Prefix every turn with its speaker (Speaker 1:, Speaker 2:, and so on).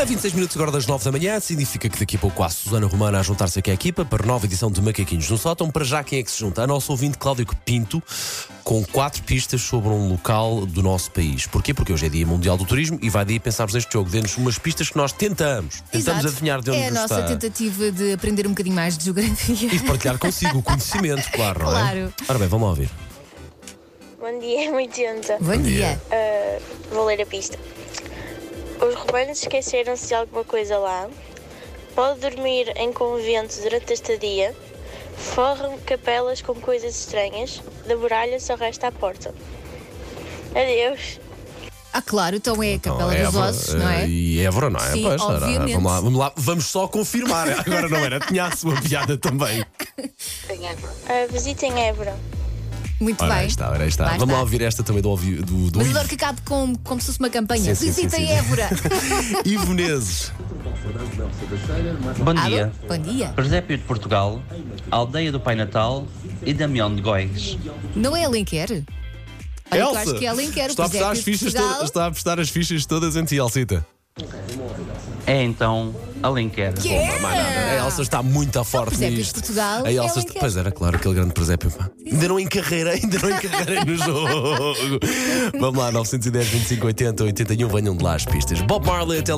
Speaker 1: A 26 minutos agora das 9 da manhã, significa que daqui a pouco há Susana Romana a juntar-se aqui à equipa para nova edição de Macaquinhos no Sótão. Para já, quem é que se junta? A nosso ouvinte Cláudio Pinto, com quatro pistas sobre um local do nosso país. Porquê? Porque hoje é Dia Mundial do Turismo e vai daí pensarmos neste jogo. Dê-nos umas pistas que nós tentamos. Tentamos
Speaker 2: Exato.
Speaker 1: adivinhar de onde
Speaker 2: É a
Speaker 1: nos
Speaker 2: nossa
Speaker 1: está.
Speaker 2: tentativa de aprender um bocadinho mais de geografia.
Speaker 1: E de partilhar consigo o conhecimento, claro, não é?
Speaker 2: Claro.
Speaker 1: Ora bem, vamos lá ouvir.
Speaker 3: Bom dia, muito junta.
Speaker 2: Bom dia.
Speaker 3: Ah, vou ler a pista. Os romanos esqueceram-se de alguma coisa lá. Pode dormir em conventos durante a estadia. Forram capelas com coisas estranhas. Da muralha só resta a porta. Adeus.
Speaker 2: Ah, claro, então é a Capela
Speaker 1: Então,
Speaker 2: dos
Speaker 1: Évora,
Speaker 2: Ossos,
Speaker 1: eh,
Speaker 2: não é?
Speaker 1: E Évora, não é?
Speaker 2: Sim,
Speaker 1: pois, ora,
Speaker 2: obviamente.
Speaker 1: vamos, lá, vamos lá, vamos só confirmar. Agora não era, tinha a sua piada também.
Speaker 3: Ah, visitem Évora.
Speaker 2: Muito
Speaker 1: Ora
Speaker 2: bem.
Speaker 1: aí está, ora aí está.
Speaker 2: Lá
Speaker 1: vamos
Speaker 2: está.
Speaker 1: lá ouvir esta também do, ouvi- do, do
Speaker 2: Mas
Speaker 1: Ivo.
Speaker 2: adoro que acabe com, como se fosse uma campanha.
Speaker 1: Sim, sim, sim,
Speaker 2: Visita
Speaker 1: sim.
Speaker 2: Évora.
Speaker 1: Ivo Menezes.
Speaker 4: Bom dia.
Speaker 2: Alô? Bom dia.
Speaker 4: Presépio de Portugal, Aldeia do Pai Natal e Damião de Góis.
Speaker 2: Não é Alenquer? Olha, que eu
Speaker 1: Elsa.
Speaker 2: acho que é Alenquer. o
Speaker 1: está, a apostar
Speaker 2: presépio
Speaker 1: as
Speaker 2: de
Speaker 1: fichas
Speaker 2: Portugal.
Speaker 1: todas- está a apostar as fichas todas em ti, Elcita.
Speaker 4: É então Alenquer.
Speaker 2: Que
Speaker 1: Bomba, mais nada. A
Speaker 2: é?
Speaker 1: Elsa está muito a forte
Speaker 2: presépio de
Speaker 1: nisto.
Speaker 2: Portugal
Speaker 1: a
Speaker 2: é
Speaker 1: Elsa está...
Speaker 2: Alenquer.
Speaker 1: Pois era, claro, aquele grande presépio. pá. Ainda não encarreirei, ainda não encarreirei no um, jogo. Vamos lá, 910, 25, 80, 81, venham de lá as pistas. Bob Marley até